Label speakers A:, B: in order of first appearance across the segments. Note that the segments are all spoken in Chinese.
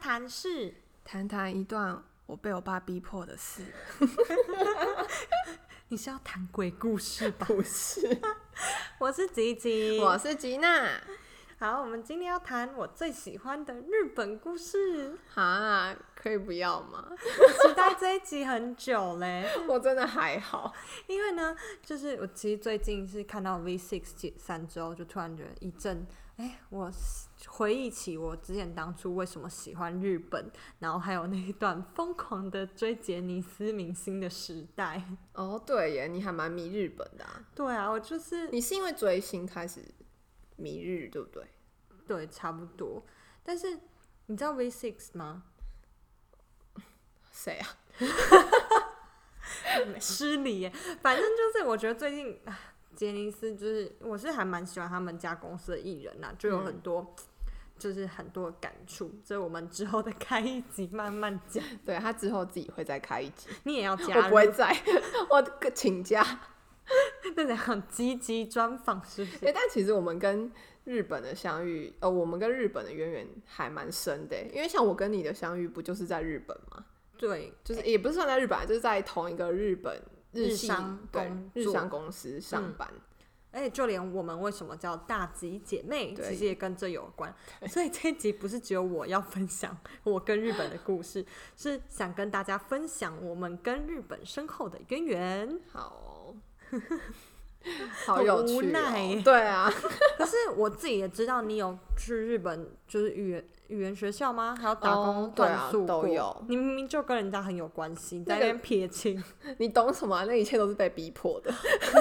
A: 谈事，
B: 谈谈一段我被我爸逼迫的事，
A: 你是要谈鬼故事吧？
B: 不是，
A: 我是吉吉，
B: 我是吉娜。
A: 好，我们今天要谈我最喜欢的日本故 事。
B: 啊，可以不要吗？
A: 我期待这一集很久嘞，
B: 我真的还好，
A: 因为呢，就是我其实最近是看到 V Six 解散之后，就突然觉得一阵，哎，我回忆起我之前当初为什么喜欢日本，然后还有那一段疯狂的追杰尼斯明星的时代。
B: 哦，对耶，你还蛮迷日本的、啊，
A: 对啊，我就是
B: 你是因为追星开始迷日，对不对？
A: 对，差不多。但是你知道 V Six 吗？
B: 谁啊？
A: 失礼耶，反正就是我觉得最近唉杰尼斯就是我是还蛮喜欢他们家公司的艺人呐、就有很多、就是很多感触，所以我们之后再开一集慢慢讲，
B: 对他之后自己会再开一集，
A: 你也要加
B: 我
A: 入，
B: 不会在， 我请假。
A: 那怎样积极专访是不是？
B: 哎、但其实我们跟日本的相遇，呃，我们跟日本的渊源还蛮深的耶，因为像我跟你的相遇，不就是在日本吗？
A: 对，
B: 就是也不是算在日本啊，就是在同一个日本
A: 日
B: 系
A: 商
B: 对
A: 工
B: 日
A: 作嗯
B: 商公司上班。
A: 而且哎就连我们为什么叫大吉姐妹，
B: 对
A: 其实也跟这有关。所以这一集不是只有我要分享我跟日本的故事，是想跟大家分享我们跟日本深厚的渊源。
B: 好哦、 好有
A: 无
B: 趣、
A: 奈
B: 哦
A: 耶。
B: 对啊，
A: 可是我自己也知道，你有去日本就是语言语言学校吗？还有打工
B: 哦对啊
A: 换宿过、
B: 都有
A: 你明明就跟人家很有关系，你在
B: 那
A: 那
B: 个
A: 边撇 清，
B: 你懂什么啊、那一切都是被逼迫的，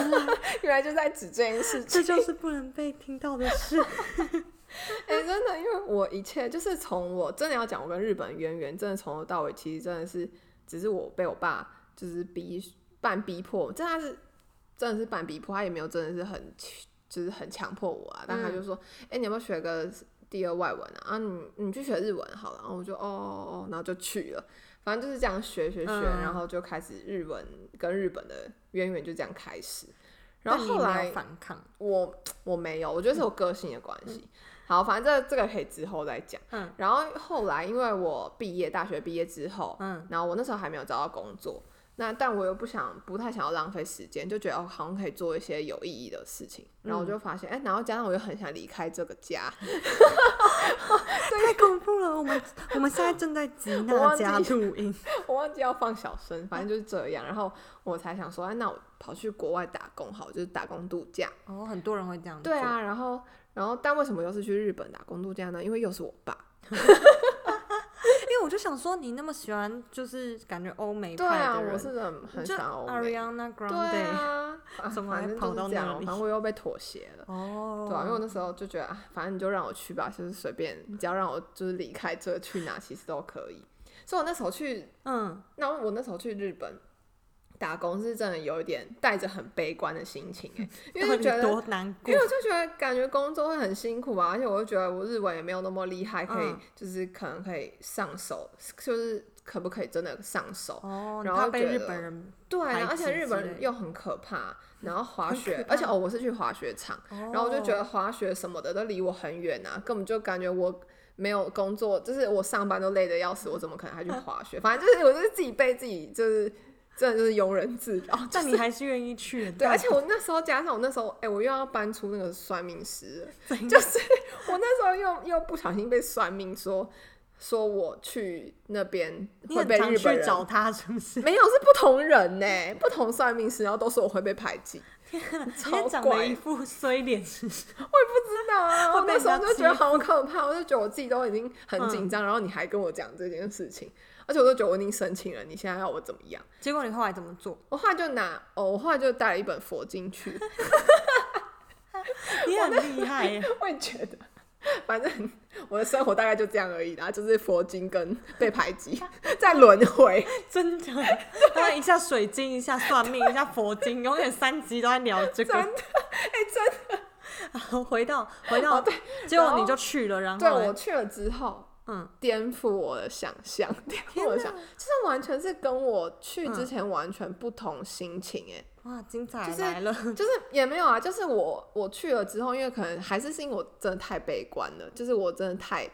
B: 原来就在指这件事
A: 这。
B: 情
A: 就是不能被听到的事。
B: 哎、真的，因为我一切就是从我真的要讲我跟日本渊源，真的从头到尾其实真的是只是我被我爸就是逼半逼迫，真的是真的是半逼迫，他也没有真的是很就是很强迫我啊，但他就
A: 嗯
B: 说，哎、你要不要学个第二外文啊？啊，你你去学日文好了，然后我就哦哦，哦，然后就去了。反正就是这样学学学，
A: 嗯
B: 然后就开始日文跟日本的渊源就这样开始。然
A: 但
B: 后
A: 你
B: 后
A: 没有
B: 来
A: 反抗，
B: 我我没有，我觉得是我个性的关系。好，反正这这个可以之后再讲。
A: 嗯，
B: 然后后来因为我毕业，大学毕业之后，
A: 嗯，
B: 然后我那时候还没有找到工作，那但我又不想，不太想要浪费时间，就觉得哦，好像可以做一些有意义的事情。然
A: 嗯
B: 后我就发现，哎、然后加上我又很想离开这个家，
A: 太恐怖了！我们我们现在正在吉
B: 我
A: 娜
B: 忘记
A: 家录音，
B: 我忘记要放小声，反正就是这样。然后我才想说，哎，那我跑去国外打工好，就是打工度假。
A: 哦，很多人会这样
B: 对
A: 做，
B: 啊，然后然后但为什么又是去日本打工度假呢？因为又是我爸。
A: 因为我就想说，你那么喜欢，就是感觉欧美
B: 对
A: 派
B: 啊，
A: 的人，
B: 我是很很
A: 就
B: 想欧美。
A: Ariana
B: 对
A: Grande，、
B: 啊，啊
A: 怎么
B: 反
A: 还
B: 正就
A: 跑
B: 是
A: 到那
B: 这样
A: 里
B: 反正我又被妥协了。
A: 哦，
B: 对啊，因为我那时候就觉得，啊反正你就让我去吧，就是随便，你只要让我就是离开这去哪，其实都可以。所以我那时候去，
A: 嗯，
B: 那我那时候去日本打工是真的有一点带着很悲观的心情哎、因为
A: 到
B: 就
A: 底
B: 觉 得
A: 多难过
B: 因为，我就觉得感觉工作会很辛苦啊，而且我就觉得我日文也没有那么厉害，可以、
A: 嗯
B: 就是可能可以上手，就是可不可以真的上手？
A: 哦，你
B: 然后
A: 怕被
B: 觉
A: 日
B: 得
A: 本人哦
B: 对，
A: 排
B: 而且
A: 挤
B: 日
A: 之
B: 本
A: 类
B: 人
A: 的
B: 又很可怕，然后滑
A: 很
B: 雪
A: 可，
B: 而且
A: 怕
B: 哦，我是去滑雪场，然后我就觉
A: 哦
B: 得滑雪什么的都离我很远啊，根本就感觉我没有工作，就是我上班都累得要死，我怎么可能还去滑雪？反正就是我就是自己被自己就是真的就是庸人自扰。
A: 但你还是愿意去的，
B: 对，
A: 到
B: 而
A: 底
B: 且我那时候加上我那时候，哎、我又要搬出那个算命师了，
A: 怎
B: 就是我那时候又又不小心被算命说说我去那边
A: 你
B: 会
A: 很
B: 被
A: 常
B: 日本
A: 去
B: 人
A: 找他是不是？
B: 没有，是不同人呢、不同算命师，然后都说我会被排挤，
A: 你
B: 超
A: 也长
B: 怪
A: 了一副 衰脸，是不是？
B: 真的啊！
A: 会
B: 我
A: 被
B: 那时候
A: 人家
B: 就觉得
A: 欺
B: 好可怕， 我就觉得我自己都已经很紧张，然后你还跟我讲这件事情，而且我都觉得我已经申请了，你现在要我怎么样？
A: 结果你后来怎么 做？
B: 我后来就拿，哦，我后来就带了一本佛经去，
A: 你很厉害耶，
B: 我也觉得。反正我的生活大概就这样而已啦，就是佛经跟被排挤 在轮回。
A: 真的，他一下水晶，一下算命，一下佛经，永远三集都在聊这个。
B: 真
A: 好 回到回到，
B: 哦对
A: 结果你就去了，然
B: 对
A: 后嘞哎
B: 我去了之后，
A: 嗯，
B: 颠覆我的想象，颠覆我的想，就是完全是跟我去
A: 嗯
B: 之前完全不同心情 哎、
A: 哇，精彩
B: 就是
A: 来了，
B: 就是也没有啊，就是我我去了之后，因为可能还是是因为我真的太悲观了，就是我真的太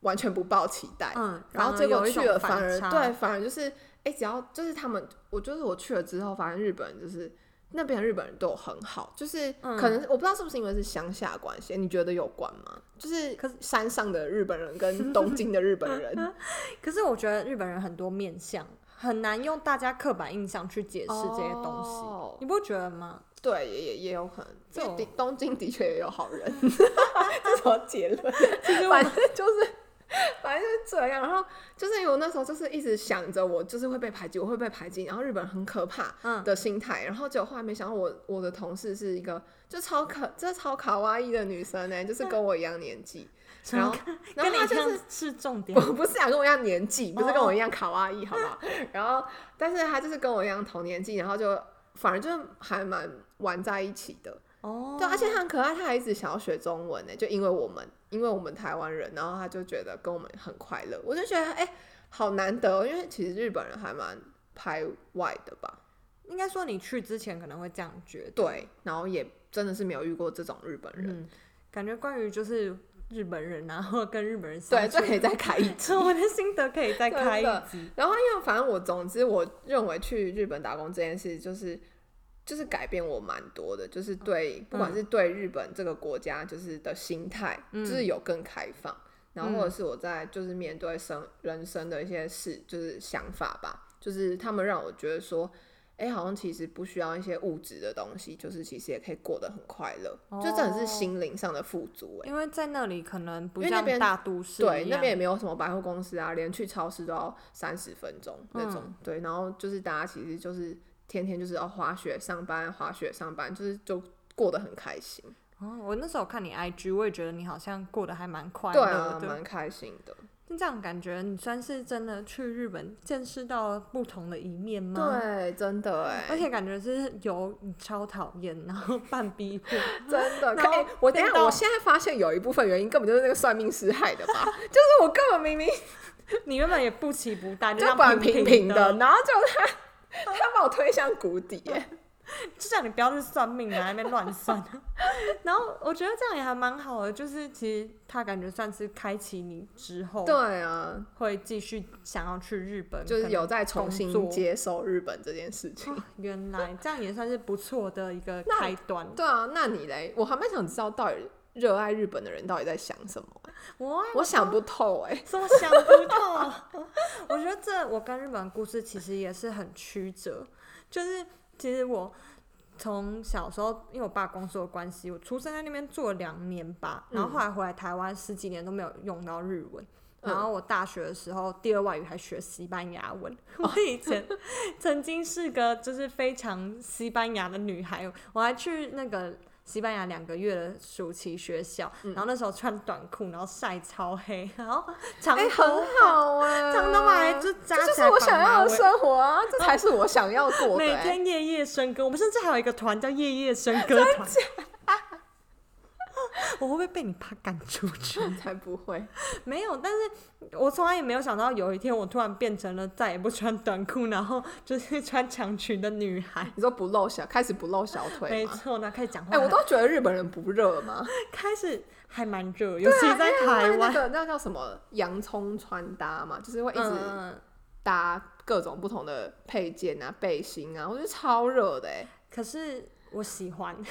B: 完全不抱期待，
A: 嗯，
B: 然
A: 反
B: 后
A: 而
B: 结
A: 有
B: 果
A: 一
B: 去
A: 种
B: 了反而
A: 差
B: 对，，反而就是哎、只要就是他们，我就是我去了之后，发现日本人就是那边的日本人对我很好，就是
A: 嗯
B: 可能、我不知道是不是因为是乡下关系，你觉得有关吗？就是
A: 可是
B: 山上的日本人跟东京的日 本人，
A: 可是我觉得日本人很多面相，很难用大家刻板印象去解释这些东西，
B: 哦
A: 你不觉得吗？
B: 对，也也也有可能，
A: 这
B: 因为
A: 种
B: 的东京的确也有好 人，这什么结论？
A: 其实我
B: 反正就是，反正就是这样。然后就是因为我那时候就是一直想着我就是会被排挤，我会被排挤，然后日本很可怕
A: 嗯
B: 的心态。然后结果后来没想到我我的同事是一个就超可这超卡哇伊的女生呢、欸就是跟我一样年纪，然后然 后
A: 跟你
B: 她
A: 一
B: 就
A: 样
B: 是。
A: 是重点
B: 我，不是想跟我一样年纪，不是跟
A: 哦
B: 我一样卡哇伊，好不好？ 然后，但是她就是跟我一样同年纪，然后就反而就还蛮玩在一起的。
A: 哦，
B: 对，而且他很可爱，他还一直想要学中文欸呢，就因为我们，因为我们台湾人，然后他就觉得跟我们很快乐，我就觉得哎、好难得哦，因为其实日本人还蛮排外的吧，
A: 应该说你去之前可能会这样觉得，
B: 对，然后也真的是没有遇过这种日本人，
A: 嗯，感觉关于就是日本人啊，然后跟日本人
B: 对，
A: 相处
B: 这，可以再开一集。
A: 我的心得可以再
B: 真
A: 开
B: 的
A: 一集，
B: 然后因为反正我总之我认为去日本打工这件事就是。就是改变我蛮多的，就是对不管是对日本这个国家就是的心态，
A: 嗯
B: 就是有更开放，然后或者是我在就是面对生人生的一些事，就是想法吧，就是他们让我觉得说，哎、好像其实不需要一些物质的东西，就是其实也可以过得很快乐，就真的是
A: 哦
B: 心灵上的富足、哎，
A: 因为在那里可能不
B: 因为那
A: 像
B: 边
A: 大都市
B: 对，
A: 一
B: 那
A: 样
B: 边也没有什么百货公司啊，连去超市都要三十分钟那种。
A: 嗯
B: 对，然后就是大家其实就是天天就是要滑雪上班，滑雪上班，就是就过得很开心。
A: 哦，我那时候看你 IG，我也觉得你好像过得还蛮快
B: 对
A: 乐
B: 啊，
A: 的。
B: 蛮开心的。
A: 那这样感觉你算是真的去日本见识到了不同的一面吗？
B: 对，真的哎、
A: 而且感觉是有你超讨厌，然后半逼 迫，
B: 真 的，
A: 然后
B: 看、我等一
A: 听
B: 下，
A: 到
B: 我现在发现有一部分原因根本就是那个算命师害的吧， 就是我根本明明
A: 你原本也不期不待，
B: 就
A: 让
B: 本来平
A: 平
B: 平的，
A: 的，哦
B: 然后就他他把我推向 谷底、哎，
A: 就叫你不要去算命啊，还没乱算。 然后我觉得这样也还蛮好的，就是其实他感觉算是开启你之后，
B: 对啊，
A: 会继续想要去日本，
B: 就是有
A: 在
B: 在重
A: 工作
B: 新接受日本这件事情。
A: 原来这样也算是不错的一个
B: 那
A: 开端。
B: 对啊，那你嘞？我还蛮想知道到底热爱日本的人到底在想什么，
A: 哇，
B: 我想不透哎、
A: 怎么想不透？我觉得这我跟日本的故事其实也是很曲折，就是其实我从小时候因为我爸工作的关系，我出生在那边住了两年吧，然后后来回来台湾十几年都没有用到日文。
B: 嗯
A: 然后我大学的时候，第二外语还学西班牙 文。我以前曾经是个就是非常西班牙的女孩，我还去那个西班牙两个月的暑期学校，
B: 嗯
A: 然后那时候穿短裤，然后晒超黑，然后长
B: 哎、
A: 头
B: 很好哎、
A: 长头发还呃就扎
B: 这就
A: 起
B: 是
A: 来
B: 我
A: 绑
B: 想要
A: 马
B: 的
A: 尾
B: 生活啊，这才是我想要过的、
A: 每
B: 哎
A: 天夜夜笙歌，我们甚至还有一个团叫夜夜笙歌 团。我会不会被你爸赶出 去？
B: 才不会。
A: 没有，但是我从来也没有想到有一天我突然变成了再也不穿短裤，然后就是穿长裙的女孩。
B: 你说不露小，开始不露小腿
A: 没
B: 吗？
A: 错，那开始讲话
B: 哎、
A: 还，
B: 我都觉得日本人不热吗？
A: 开始还蛮热，尤其在
B: 啊 因
A: 台
B: 为那
A: 湾，
B: 个那叫什么洋葱穿搭嘛，就是会一直
A: 嗯，
B: 搭各种不同的配件啊、背心啊，我觉得超热的哎、
A: 可是我喜欢。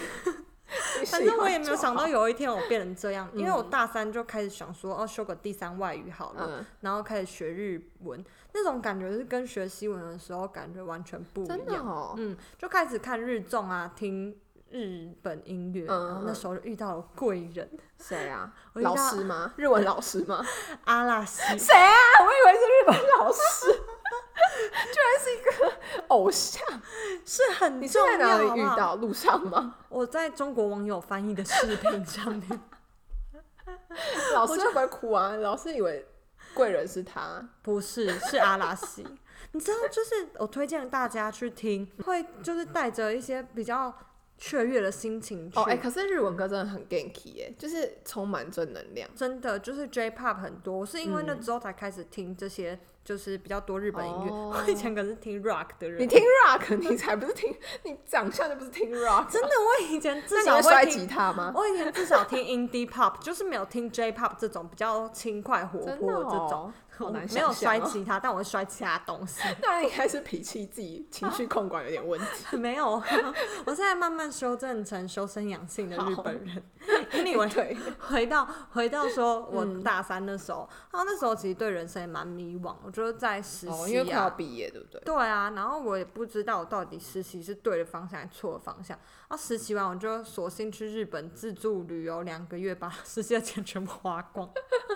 B: 你喜
A: 反正我
B: 欢
A: 也没有
B: 就
A: 想到
B: 好，嗯
A: 有一天我变成这样，因为我大三就开始想说，哦，修个第三外语好了，
B: 嗯，
A: 然后开始学日文，那种感觉是跟学西文的时候感觉完全不
B: 真
A: 一
B: 的
A: 样。
B: 哦，
A: 嗯，就开始看日综啊，听日本音乐，
B: 嗯
A: 然后那
B: 嗯
A: 时候就遇到了贵人
B: 谁啊？
A: 我遇到
B: 老师吗？ 日文老师吗？
A: 阿拉西，
B: 谁啊？我以为是日本老师， 居然是一个偶像。
A: 是很
B: 你是
A: 重
B: 在哪
A: 要
B: 里遇
A: 好不好？
B: 到？路上吗？
A: 我在中国网友翻译的视频上面，
B: 老师会不会哭啊？老师以为贵人是他，
A: 不是，是阿拉西。你知道，就是我推荐大家去听，会就是带着一些比较雀跃的心情去。
B: 哦，哎、可是日文歌真的很 ganky 哎、就是充满正能量。嗯
A: 真的就是 J-pop 很多，我是因为那之后才开始听这些就是比较多日本音乐。
B: 哦
A: 我以前可是听 rock 的人，
B: 你听 rock，你 才不是听，你长相就不是听 rock。
A: 真的， 我以前至
B: 那
A: 少
B: 你会摔
A: 会
B: 吉
A: 听，
B: 他吗？
A: 我以前至少听 indie pop，就是没有听 J pop 这种比较轻快活
B: 真
A: 泼
B: 的
A: 的这种。
B: 哦，好
A: 我
B: 难
A: 没有
B: 想象
A: 摔
B: 哦。
A: 吉他，但我会摔其他东 西。
B: 那应该是脾气自己情绪控管有点问 题。
A: 没有，我现在慢慢修正成修身养性的日本人。Anyway，
B: 对，嗯
A: 回到回到说，我大三的时候，然后那时候其实对人生也蛮迷惘，我就是在实
B: 哦，因为
A: 习
B: 快要
A: 啊。
B: 毕业，对不对？
A: 对啊，然后我也不知道我到底实习是对的方向还是错的方向。然后实习完，我就索性去日本自助旅游两个月，把 实习的钱全部花光。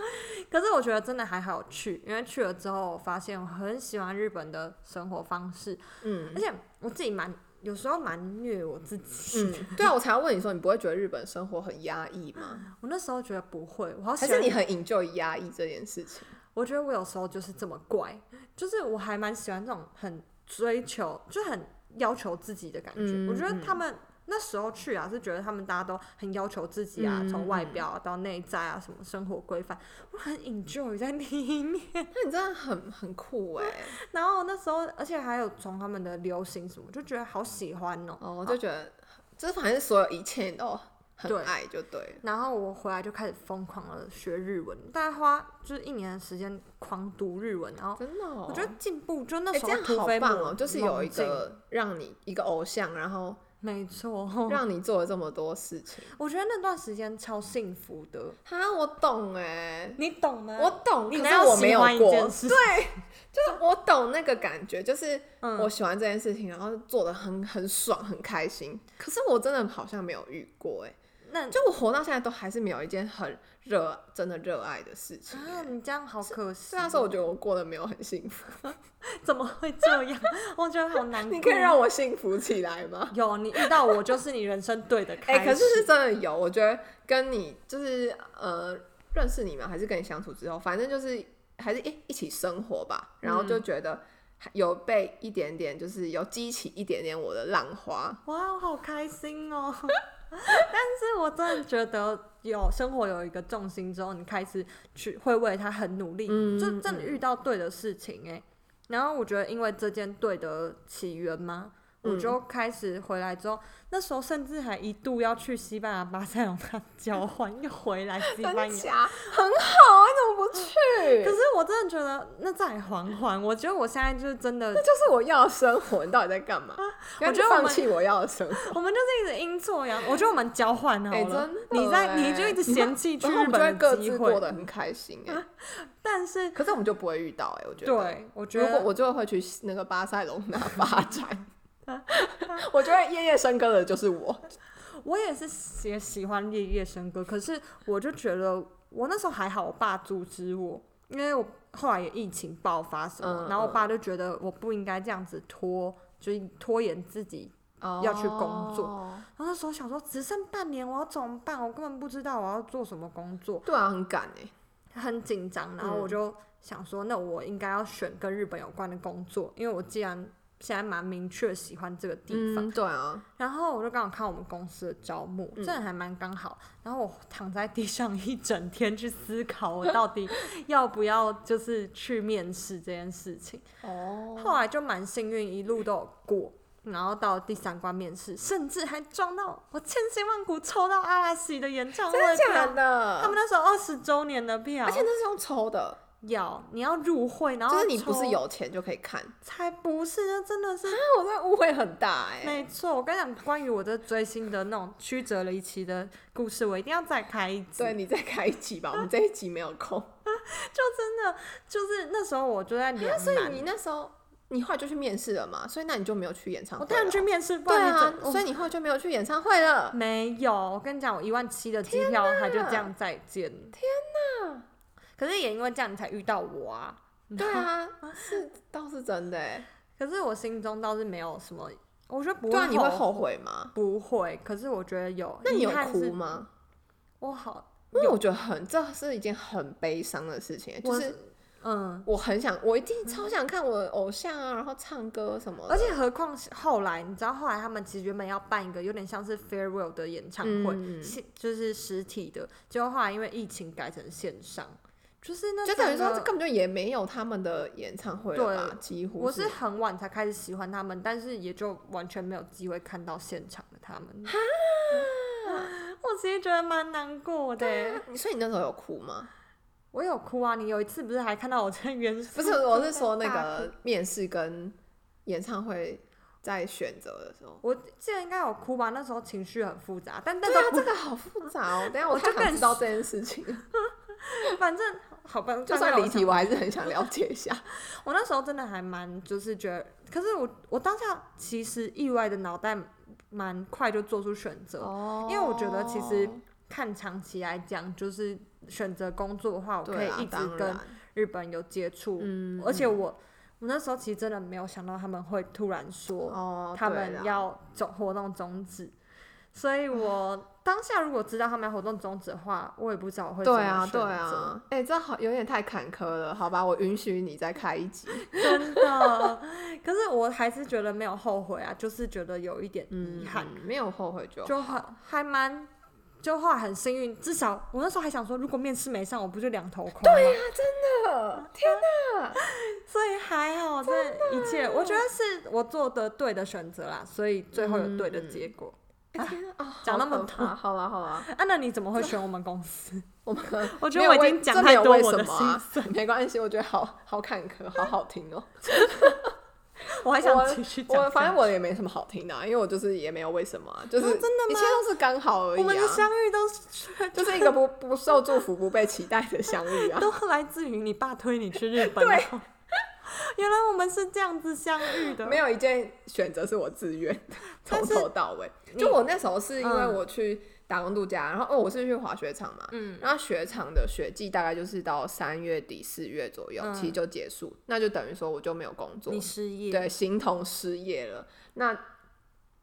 A: 可是我觉得真的还好去，因为去了之后，我发现我很喜欢日本的生活方式，
B: 嗯
A: 而且我自己蛮有时候蛮虐我自己。
B: 嗯， 对啊，我才要问你说，你不会觉得日本生活很压抑 吗？
A: 我那时候觉得不会，我好喜
B: 还是
A: 欢
B: 你很 enjoy 压抑这件事 情？
A: 我觉得我有时候就是这么怪，就是我还蛮喜欢这种很追求，就很要求自己的感觉。
B: 嗯
A: 我觉得他们那时候去啊，是觉得他们大家都很要求自己啊，
B: 嗯
A: 从外表、啊、到内在啊，什么生活规范，我很 enjoy 在里面。
B: 那你真的很很酷哎、
A: 然后那时候，而且还有从他们的流行什么，就觉得好喜欢哦。
B: 哦，我就觉得这反正所有一切你都很
A: 对
B: 爱就对了。
A: 然后我回来就开始疯狂的学日文，大概花就是一年的时间狂读日文，然后
B: 真的、哦，
A: 我觉得进步就那时
B: 哎、这
A: 候
B: 样
A: 突
B: 好
A: 飞
B: 棒
A: 猛
B: 哦！就是有一，
A: 猛进
B: 个让你一个偶像，然后
A: 没错，
B: 让你做了这么多事情。
A: 我觉得那段时间超幸福的，
B: 哈，我懂哎、
A: 你懂吗
B: 我懂，
A: 欸你
B: 可
A: 哪
B: 是我没
A: 喜
B: 有
A: 欢一
B: 过，
A: 件事？对，
B: 就是 我懂那个感觉，就是
A: 嗯
B: 我喜欢这件事情，然后做的很很爽，很开心。可是我真的好像没有遇过哎、
A: 那
B: 就我活到现在都还是没有一件很热，真的热爱的事情、
A: 啊，
B: 欸。
A: 你这样好可惜
B: 虽。然说啊我觉得我过得没有很幸福，
A: 怎么会这样？我觉得好难过。
B: 你可以让我幸福起来吗？
A: 有你遇到我，就是你人生对的开
B: 哎、
A: 始。
B: 可是是真的有，我觉得跟你就是呃认识你嘛，还是跟你相处之后，反正就是还是一一起生活吧，然后就觉得有被一点点，就是有激起一点点我的浪花。
A: 哇，我好开心哦！ 但是我真的觉得有生活有一个重心之后，你开始去会为他很努力，
B: 嗯
A: 就真的遇到对的事情哎、然后我觉得因为这件对的起源嘛，
B: 嗯
A: 我就开始回来之后，那时候甚至还一度要去西班牙巴塞隆纳交换，又回来西
B: 真
A: 班牙。
B: 假？很好啊，你怎么不去？
A: 可是我真的觉得那再缓缓，我觉得我现在就是真的
B: 这就是我要的生活，你到底在干嘛？
A: 我觉得
B: 不要
A: 我们
B: 放弃啊我要的生活。
A: 我们就是一直阴错阳，我觉得我们交换好了。
B: 哎真的
A: 你在，你就一直
B: 哎
A: 嫌弃去
B: 然后我
A: 日
B: 们就会
A: 本
B: 各
A: 的机
B: 自过
A: 会，
B: 得很开心哎、
A: 但是
B: 可是我们就不会遇到哎、我觉得。
A: 对，我觉
B: 如果
A: 得
B: 我就会去那个巴塞隆纳发展，啊 我觉得夜夜笙歌的就是我。
A: 我也是也喜欢夜夜笙歌，可是我就觉得我那时候还好，我爸阻止我，因为我后来也疫情爆发什么，
B: 嗯
A: 然后我爸就觉得我不应该这样子拖，就是拖延自己。
B: 哦
A: 要去工作
B: 作，
A: 然后那时候想说，只剩半年，我要怎么办？我根本不知道我要做什么工作。
B: 对啊，很赶哎、
A: 很紧张，然后
B: 嗯
A: 我就想说，那我应该要选跟日本有关的工作，因为我既然现在蛮明确喜欢这个地方，
B: 嗯，对啊，
A: 然后我就刚好看我们公司的招募，
B: 嗯
A: 真的还蛮刚好。然后我躺在地上一整天去思考，我到底要不要就是去面试这件事情。
B: 哦，
A: 后来就蛮幸运，一路都有过。然后到第三关面试，甚至还撞到我千辛万苦抽到阿拉西的演唱会
B: 真的假
A: 票，他
B: 的
A: 们？那时候二十周年的票，
B: 而且那是用抽的，
A: 要，你要入会，然后
B: 就是你不是
A: 抽，
B: 有啊钱就可以看。
A: 才不是，那真的是
B: 那 我这误会很大哎、
A: 没错。我跟你讲，关于我这追星的那种曲折离奇的故事，我一定要再开一集。
B: 对，你再开一集吧，我们这一集没有 空。
A: 就是那时候我就在两
B: 啊所以
A: 难，
B: 你那时候，你后来就去面试了嘛？所以那你就没有去演唱会
A: 我
B: 了？
A: 当然去面试，不
B: 哦对
A: 然你怎
B: 啊，
A: 么？
B: 所以你后来就没有去演唱会了。
A: 我没有，我跟你讲，我一万七的机票还就这样再见。天哪！可是也因为这样，你才遇到我啊。
B: 对啊，是倒是真的哎、
A: 可是我心中倒是没有什么，我觉得不
B: 对啊，你会
A: 后
B: 后悔吗？
A: 不会。可是我觉得有，
B: 那你有
A: 遗憾是
B: 哭？吗？
A: 我好，
B: 因为我觉得很，这是一件很悲伤的事情，欸就
A: 我
B: 是
A: 嗯，
B: 我很想，我一定超想看我的偶像啊，然后唱歌什么的，
A: 而且何况是后来，你知道后来他们其实原本要办一个有点像是 farewell 的演唱会，
B: 嗯
A: 是就是实体的，结果后来因为疫情改成线上，就是那
B: 就等于
A: 整
B: 说
A: 个
B: 这根本就也没有他们的演唱会了吧？几乎
A: 我是很晚才开始喜欢他们，但是也就完全没有机会看到现场的他们。 我其实觉得蛮难过的耶。
B: 你所以你那时候有哭吗？
A: 我有哭啊！你有一次不是还看到我在原
B: 不是，我是说那个面试跟演唱会在选择的时候，
A: 我记得应该有哭吧？那时候情绪很复杂，但但
B: 对啊，这个好复杂 哦。等一下
A: 我
B: 太
A: 就更
B: 想知道这件事 情了，
A: 反正好吧，
B: 啊就
A: 反
B: 算
A: 正
B: 离题，我还是很想了解一下。
A: 我那时候真的还蛮就是觉得，可是我我当下其实意外的脑袋蛮快就做出选择，
B: 哦
A: 因为我觉得其实看长期来讲，就是选择工作的话，我可
B: 对
A: 以
B: 啊，
A: 一直
B: 当
A: 跟
B: 然
A: 日本有接触，
B: 嗯
A: 而且我我那时候其实真的没有想到他们会突然说
B: 哦，
A: 他
B: 对
A: 们
B: 啦
A: 要总活动终止，所以我当下如果知道他们要活动终止的话，我也不知道我会怎
B: 对
A: 么
B: 啊，
A: 选
B: 对
A: 择，
B: 啊，哎、这好有点太坎坷了，好吧，我允许你再开一集。
A: 真
B: 啊
A: 的。 可是我还是觉得没有后悔啊，就是觉得有一点遗憾，，
B: 嗯没有后悔就好
A: 就很还蛮。就后来很幸运，至少我那时候还想说，如果面试没上，我不就两头空吗？
B: 啊
A: 所以还好，这一切我觉得是我做的对的选择啦，所以最后有对的结果。
B: 哎天啊，啊
A: 讲那么
B: 好可怕好啦好啦，
A: 啊，那你怎么会选我们公司？
B: 我们
A: 我觉得
B: 没有
A: 我已
B: 为
A: 经讲
B: 这
A: 太
B: 没有
A: 多
B: 为
A: 我
B: 什
A: 的
B: 么
A: 心
B: 啊
A: 声，
B: 没关系，我觉得好好坎坷，好好听哦。
A: 我还
B: 我
A: 想继续 讲下去。
B: 我反正我也没什么好听的啊、因为我就是也没有为什么啊、就是、
A: 真的吗
B: 一切都是刚好而已、啊。
A: 我们的相遇都是。
B: 就是一个不 不受祝福、不被期待的相遇啊
A: 都来自于你爸推你去日本。对，原来我们是这样子相遇的。
B: 没有一件选择是我自愿，从
A: 但是
B: 头到尾。就我那时候是因为我去打工度假，然后哦，我是去滑雪场嘛，
A: 嗯，
B: 然后雪场的雪季大概就是到三月底四月左右，
A: 嗯
B: 其实就结束，那就等于说我就没有工作
A: 你，失业。
B: 对，形同失业了。那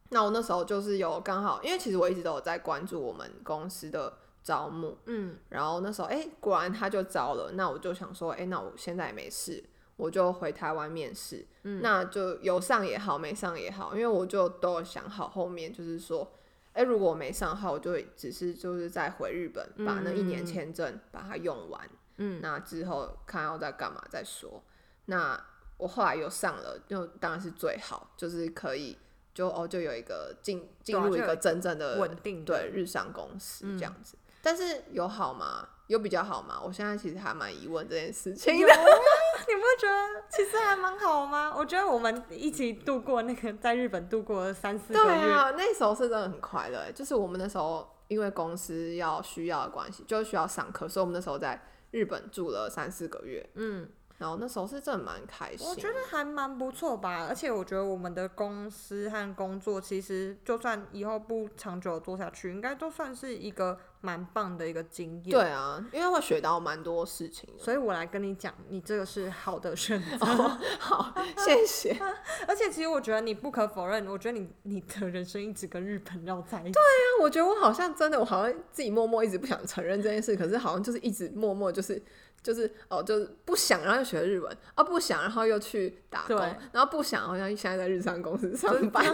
B: 那我那时候就是有刚好，因为其实我一直都有在关注我们公司的招募，
A: 嗯，
B: 然后那时候，哎、果然他就招了。那我就想说，哎、那我现在也没事，我就回台湾面试。
A: 嗯
B: 那就有上也好，没上也好，因为我就都有想好后面就是说，哎、如果我没上的话，我就只是就是再回日本，把那一年
A: 嗯
B: 签证把它用完。
A: 嗯，
B: 那之后看要再干嘛再说。那我后来有上了，就当然是最好，就是可以就哦，就有一个进进
A: 对啊
B: 入
A: 就
B: 一
A: 有
B: 个
A: 一
B: 真正的
A: 稳定的
B: 对日商公司
A: 嗯
B: 这样子。但是有好吗？有比较好吗？我现在其实还蛮疑问这件事情
A: 有
B: 的。
A: 啊， 你不觉得其实还蛮好吗？我觉得我们一起度过那个在日本度过的三四个
B: 对
A: 月，
B: 啊，那时候是真的很快乐，欸就是我们那时候因为公司要需要的关系，就需要上课，所以我们那时候在日本住了三四个月，
A: 嗯，
B: 然后那时候是真的蛮开心。
A: 我觉得还蛮不错吧，而且我觉得我们的公司和工作，其实就算以后不长久地做下去，应该都算是一个蛮棒的一个经验。
B: 对，啊，因为会学到蛮多事情的。
A: 所以我来跟你讲，你这个是好的选择。
B: 好，谢谢。对啊，
A: 而且其实我觉得你不可否认，我觉得你你的人生一直跟日本绕在一起。
B: 我觉得我好像真的，我好像自己默默一直不想承认这件事，可是好像就是一直默默就是就是哦，就是不想，然后又学日文啊，不想，然后又去打工
A: 对，
B: 然后不想，好像现在在日商公司
A: 就是
B: 上班。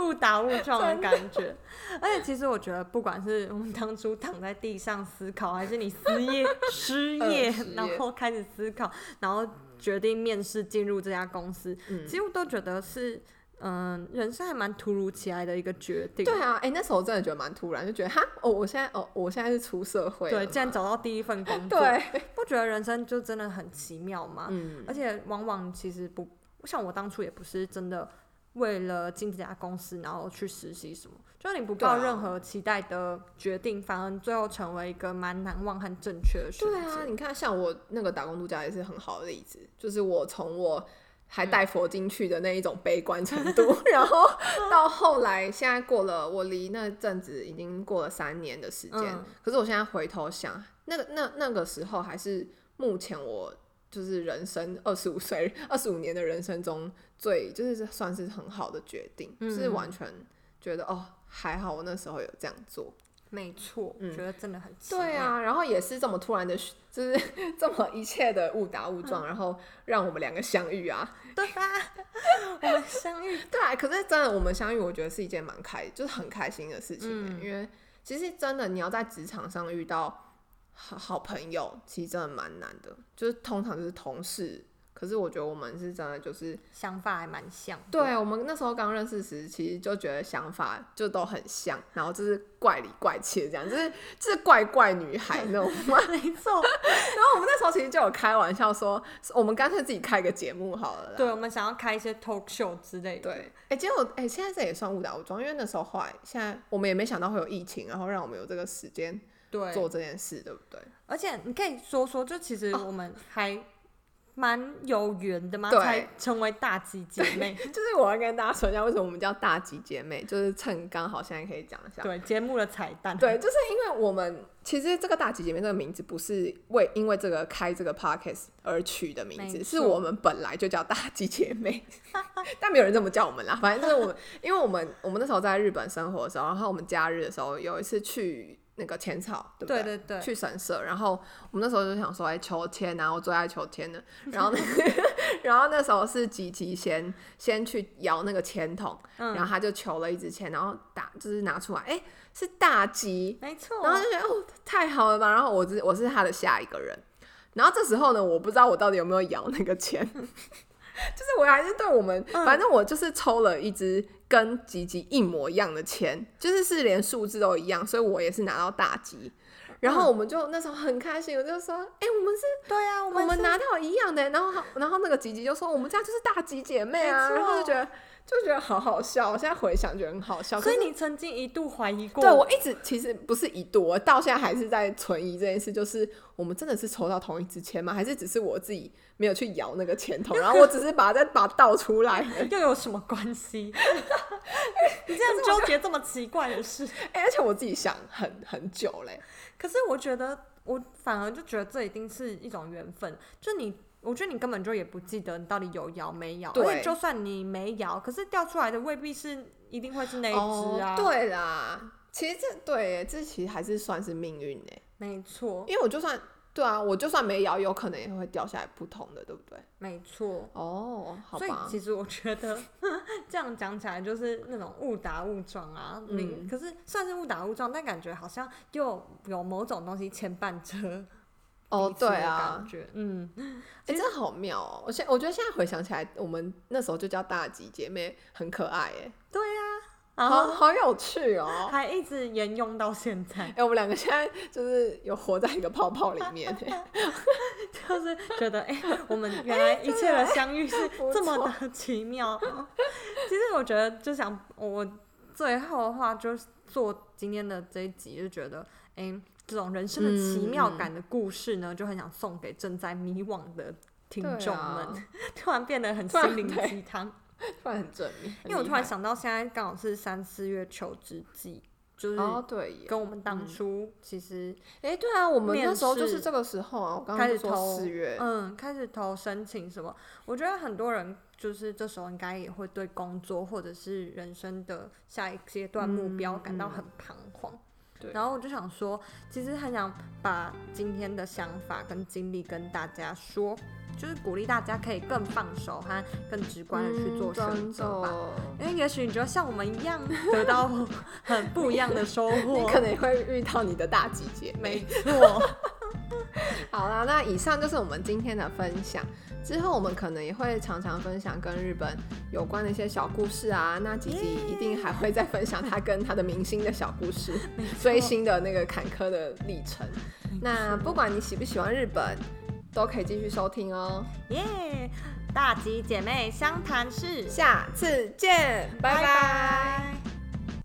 A: 误打误撞的感觉。而且其实我觉得，不管是我们当初躺在地上思考，还是你失业失 业
B: 嗯失业，
A: 然后开始思考，然后决定面试进入这家公司，
B: 嗯
A: 其实我都觉得是。嗯，人生还蛮突如其来的一个决定。
B: 对啊，哎、那时候我真的觉得蛮突然，就觉得哈，哦，我现在哦，我现在是出社会了
A: 对，
B: 嘛
A: 竟然找到第一份工作，啊
B: 对，
A: 不觉得人生就真的很奇妙吗？
B: 嗯，
A: 而且往往其实不像我当初也不是真的为了进这家公司然后去实习什么，就是你不抱
B: 对啊
A: 任何期待的决定，反而最后成为一个蛮难忘和正确的选
B: 对
A: 择。
B: 啊，你看，像我那个打工度假也是很好的例子，就是我从我还
A: 嗯
B: 带佛经去的那一种悲观程度， 然后到后来，现在过了，我离那阵子已经过了三年的时间，
A: 嗯
B: 可是我现在回头想，那个那那个时候还是目前我。就是人生二十五岁、二十五年的人生中最，就是算是很好的决定，就是
A: 嗯
B: 完全觉得哦，还好我那时候有这样做。
A: 没错，
B: 嗯
A: 觉得真的很奇
B: 对
A: 妙，
B: 啊，然后也是这么突然的，就是 这么一切的误打误
A: 嗯
B: 撞，然后让我们两个相遇啊。
A: 对吧？我们相遇，
B: 对啊，可是真的我们相遇，我觉得是一件蛮开，就是很开心的事情欸、
A: 嗯
B: 因为其实真的你要在职场上遇到好好朋友，其实真的蛮难的，就是通常就是同事。可是我觉得我们是真的就是，
A: 想法还蛮像的。
B: 对啊我们那时候刚认识时，其实就觉得想法就都很像，然后就是怪里怪气的这样，就是就是怪怪女孩那种嘛。
A: 没错，
B: 啊然后我们那时候其实就有开玩笑说，我们干脆自己开个节目好了啦。
A: 对我们想要开一些 talk show 之类的。
B: 对，哎、结果哎、现在这也算误打误撞，因为那时候后来现在我们也没想到会有疫情，然后让我们有这个时间
A: 对
B: 做这件事，对不对？
A: 而且你可以说说，就其实我们还蛮有缘的嘛，
B: 对
A: 才成为大吉姐 妹。
B: 就是我要跟大家说一下，为什么我们叫大吉姐妹，就是趁刚好现在可以讲一下。
A: 对节目的彩蛋，
B: 啊对，就是因为我们其实这个大吉姐妹这个名字不是为因为这个开这个 podcast 而取的名字，
A: 没
B: 是
A: 错
B: 我们本来就叫大吉姐妹， 但没有人这么叫我们啦。反正就是我们，因为我们我们那时候在日本生活的时候，然后我们假日的时候有一次去那个浅草，对不
A: 对
B: 对
A: 对对
B: 去神社，然后我们那时候就想说，哎、求签啊，我最爱求签的。然后呢，然后那时候是吉吉先先去摇那个签筒，
A: 嗯
B: 然后他就求了一支签，然后打就是拿出来，哎、是大吉，
A: 没错。
B: 然后就觉得哦太好了吧，然后我是我是他的下一个人，然后这时候呢，我不知道我到底有没有摇那个钱， 就是我还是对我们，
A: 嗯
B: 反正我就是抽了一支跟吉吉一模一样的钱，就是是连数字都一样，所以我也是拿到大吉。然
A: 嗯
B: 后我们就那时候很开心，我就说：“哎、我们是
A: 对啊，我
B: 我
A: 们
B: 们
A: 是
B: 拿到一样的。”欸然后然后那个吉吉就说：“我们这样就是大吉姐妹啊。”
A: 没错
B: 然后就觉得就觉得好好笑，我现在回想觉得很好笑。可
A: 所
B: 是
A: 以你曾经一度怀疑过，
B: 对我一直其实不是一度，我到现在还是在存疑这件事，就是我们真的是抽到同一支签吗？还是只是我自己没有去摇那个签 筒，然后我只是把它再把它倒出来而已？
A: 又有什么关系？ 你这样纠结这么奇怪的事，
B: 哎、而且我自己想很很久嘞，
A: 可是我觉得，我反而就觉得这一定是一种缘分，就你。我觉得你根本就也不记得你到底有摇没摇，
B: 对
A: 而且就算你没摇，可是掉出来的未必是一定会是那一只啊。
B: 哦，，对啦，其实这对这其实还是算是命运哎，
A: 没错，
B: 因为我就算对啊，我就算没摇，有可能也会掉下来不同的，对不对？
A: 没错。
B: 哦，好
A: 所以
B: 吧，
A: 其实我觉得这样讲起来就是那种误打误撞啊，
B: 嗯
A: 嗯，可是算是误打误撞，但感觉好像又有某种东西牵绊着
B: 哦，
A: 彼此
B: 对
A: 的
B: 啊
A: 感，觉，嗯，
B: 哎、真的好妙哦！我现我觉得现在回想起来，我们那时候就叫大吉姐妹，很可爱哎，
A: 对啊，然
B: 好
A: 后
B: 好有趣哦！
A: 还一直沿用到现在
B: 哎、，我们两个现在就是有活在一个泡泡里面 哎，
A: 就是觉得哎、我们原来一切的相遇是
B: 啊不错
A: 这么的奇妙。哦其实我觉得，就想我最后的话，就是做今天的这一集，就觉得哎、这种人
B: 嗯
A: 生的奇妙感的故事呢，就很想送给正在迷惘的听众们。
B: 对啊
A: 突然变得很
B: 突然
A: 心灵
B: 对
A: 鸡汤，
B: 突然很正面，
A: 因为我突然
B: 很
A: 想到，现在刚好是三四月求职季，就是
B: 厉害哦，对耶，
A: 跟我们当初其实
B: 哎、对啊，我们
A: 面
B: 那时候就是
A: 试
B: 这个时候啊，我刚刚
A: 开
B: 就
A: 始
B: 说
A: 投
B: 四月，
A: 嗯，开始投申请什么？我觉得很多人就是这时候应该也会对工作或者是人生的下一阶段目标感到很彷徨。
B: 嗯对
A: 然后我就想说，其实很想把今天的想法跟经历跟大家说，就是鼓励大家可以更放手和更直观的
B: 嗯
A: 去做选择吧。
B: 吧。
A: 因为也许你就会像我们 一样得到很不一样的收
B: 你
A: 获，
B: 可能会遇到你的大吉姐妹。
A: 没错。
B: 好啦，那以上就是我们今天的分享。之后我们可能也会常常分享跟日本有关的一些小故事啊。那吉吉一定还会再分享他跟他的明星的小故事，追星的那个坎坷的历程。那不管你喜不喜欢日本，都可以继续收听哦。
A: 耶、大吉姐妹相谈室，
B: 下次见，拜拜
A: 拜拜